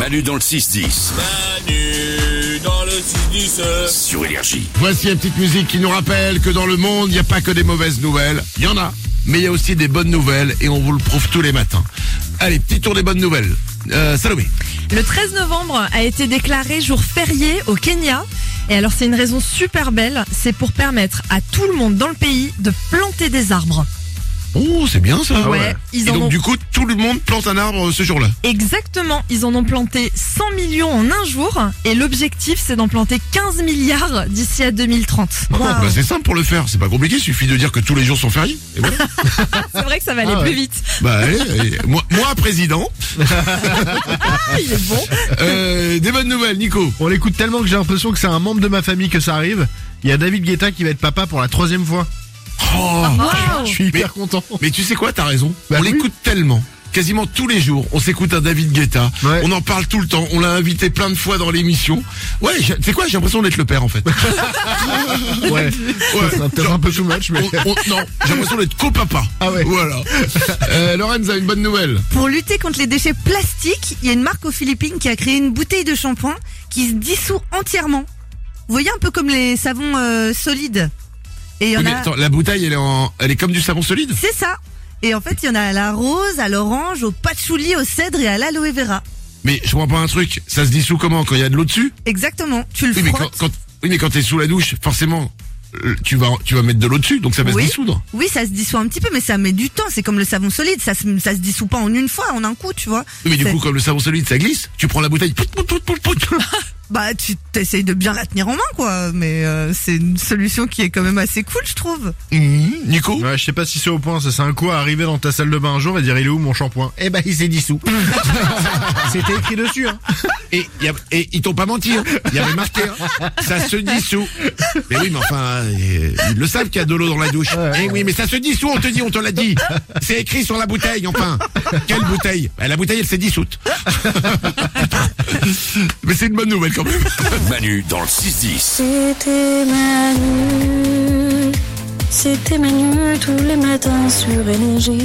Manu dans le 6-10 Manu dans le 6-10. sur Énergie. Voici une petite musique qui nous rappelle que dans le monde, il n'y a pas que des mauvaises nouvelles. Il y en a. Mais il y a aussi des bonnes nouvelles et on vous le prouve tous les matins. Allez, petit tour des bonnes nouvelles. Euh, Salomé. Le 13 novembre a été déclaré jour férié au Kenya. Et alors c'est une raison super belle, c'est pour permettre à tout le monde dans le pays de planter des arbres. Oh, c'est bien ça. Ouais, ils et en donc ont- du coup, tout le monde plante un arbre euh, ce jour-là. Exactement, ils en ont planté 100 millions en un jour et l'objectif c'est d'en planter 15 milliards d'ici à 2030. Bon, bah, c'est simple pour le faire, c'est pas compliqué, il suffit de dire que tous les jours sont fériés. Et voilà. C'est vrai que ça va aller Ah ouais. plus vite. bah, allez, allez. Moi, moi, président. Ah, il est bon. Euh, des bonnes nouvelles, Nico. On l'écoute tellement que j'ai l'impression que c'est un membre de ma famille que ça arrive. Il y a David Guetta qui va être papa pour la troisième fois. Oh, Waouh. Je suis hyper content. Mais tu sais quoi, t'as raison. Bah on oui. l'écoute tellement. Quasiment tous les jours, on s'écoute un David Guetta. Ouais. On en parle tout le temps. On l'a invité plein de fois dans l'émission. Ouais, j'ai- tu sais quoi, j'ai l'impression d'être le père en fait. Ouais. Ça sera peut-être un peu too much, mais. On- on- non, j'ai l'impression d'être copapa. Ah ouais. Voilà. Euh, Lorenz a une bonne nouvelle. Pour lutter contre les déchets plastiques, il y a une marque aux Philippines qui a créé une bouteille de shampoing qui se dissout entièrement. Vous voyez un peu comme les savons euh, solides. Et il y en Oui, mais a. attends, la bouteille, elle est, en- elle est comme du savon solide. C'est ça. Et en fait, il y en a à la rose, à l'orange, au patchouli, au cèdre et à l'aloe vera. Mais je comprends pas un truc. Ça se dissout comment quand il y a de l'eau dessus Exactement. Tu le Oui, mais quand, frottes. quand, oui, mais quand t'es sous la douche, forcément, euh, tu vas, tu vas mettre de l'eau dessus, donc ça va Oui. se dissoudre. Oui, ça se dissout un petit peu, mais ça met du temps. C'est comme le savon solide. Ça se, ça se dissout pas en une fois, en un coup, tu vois. Oui, mais du C'est- coup, comme le savon solide, ça glisse. Tu prends la bouteille. pout, pout, pout, pout, pout. Bah, tu t'essayes de bien la tenir en main, quoi. Mais euh, c'est une solution qui est quand même assez cool, je trouve. Mhm, Nico. Ouais, je sais pas si c'est au point, ça c'est un coup à arriver dans ta salle de bain un jour et dire il est où mon shampoing Eh ben il s'est dissous. C'était écrit dessus. Hein. Et, y a- et ils t'ont pas menti, hein. il y avait marqué, hein. ça se dissout. Mais oui, mais enfin, euh, ils le savent qu'il y a de l'eau dans la douche. Eh oui, mais ça se dissout, on te dit, on te l'a dit. C'est écrit sur la bouteille, enfin. Quelle bouteille Bah, La bouteille, elle s'est dissoute. mais c'est une bonne nouvelle quand même. Manu dans le 6-10. C'était Manu, c'était Manu tous les matins sur Énergie.